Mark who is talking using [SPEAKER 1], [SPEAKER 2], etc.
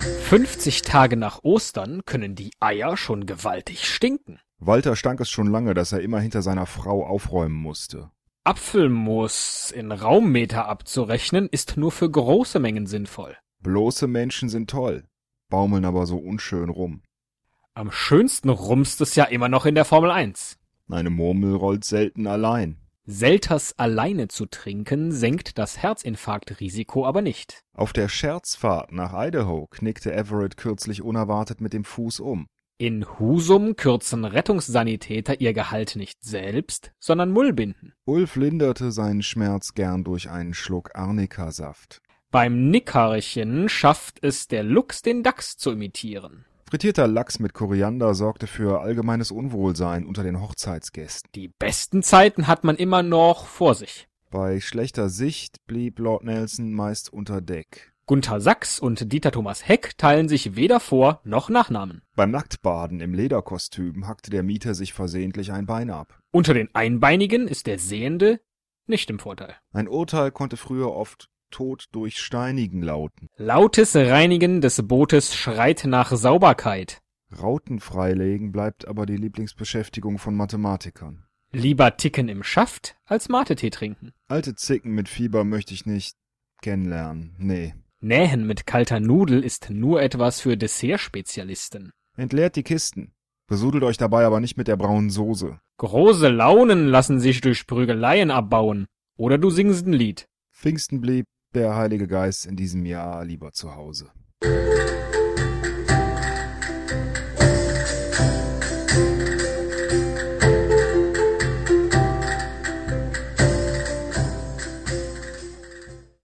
[SPEAKER 1] 50 Tage nach Ostern können die Eier schon gewaltig stinken.
[SPEAKER 2] Walter stank es schon lange, dass er immer hinter seiner Frau aufräumen musste.
[SPEAKER 1] Apfelmus in Raummeter abzurechnen, ist nur für große Mengen sinnvoll.
[SPEAKER 2] Bloße Menschen sind toll, baumeln aber so unschön rum.
[SPEAKER 1] Am schönsten rumst es ja immer noch in der Formel 1.
[SPEAKER 2] Eine Murmel rollt selten allein.
[SPEAKER 1] Selters alleine zu trinken senkt das Herzinfarktrisiko aber nicht.
[SPEAKER 2] Auf der Scherzfahrt nach Idaho knickte Everett kürzlich unerwartet mit dem Fuß um.
[SPEAKER 1] In Husum kürzen Rettungssanitäter ihr Gehalt nicht selbst, sondern Mullbinden.
[SPEAKER 2] Ulf linderte seinen Schmerz gern durch einen Schluck Arnikasaft.
[SPEAKER 1] Beim Nickerchen schafft es der Luchs, den Dachs zu imitieren.
[SPEAKER 2] Frittierter Lachs mit Koriander sorgte für allgemeines Unwohlsein unter den Hochzeitsgästen.
[SPEAKER 1] Die besten Zeiten hat man immer noch vor sich.
[SPEAKER 2] Bei schlechter Sicht blieb Lord Nelson meist unter Deck.
[SPEAKER 1] Gunther Sachs und Dieter Thomas Heck teilen sich weder Vor- noch Nachnamen.
[SPEAKER 2] Beim Nacktbaden im Lederkostüm hackte der Mieter sich versehentlich ein Bein ab.
[SPEAKER 1] Unter den Einbeinigen ist der Sehende nicht im Vorteil.
[SPEAKER 2] Ein Urteil konnte früher oft Tod durch Steinigen lauten.
[SPEAKER 1] Lautes Reinigen des Bootes schreit nach Sauberkeit.
[SPEAKER 2] Rauten freilegen bleibt aber die Lieblingsbeschäftigung von Mathematikern.
[SPEAKER 1] Lieber ticken im Schaft als Mate-Tee trinken.
[SPEAKER 2] Alte Zicken mit Fieber möchte ich nicht kennenlernen, nee.
[SPEAKER 1] Nähen mit kalter Nudel ist nur etwas für Dessertspezialisten.
[SPEAKER 2] Entleert die Kisten. Besudelt euch dabei aber nicht mit der braunen Soße.
[SPEAKER 1] Große Launen lassen sich durch Prügeleien abbauen. Oder du singst ein Lied.
[SPEAKER 2] Pfingsten blieb der Heilige Geist in diesem Jahr lieber zu Hause.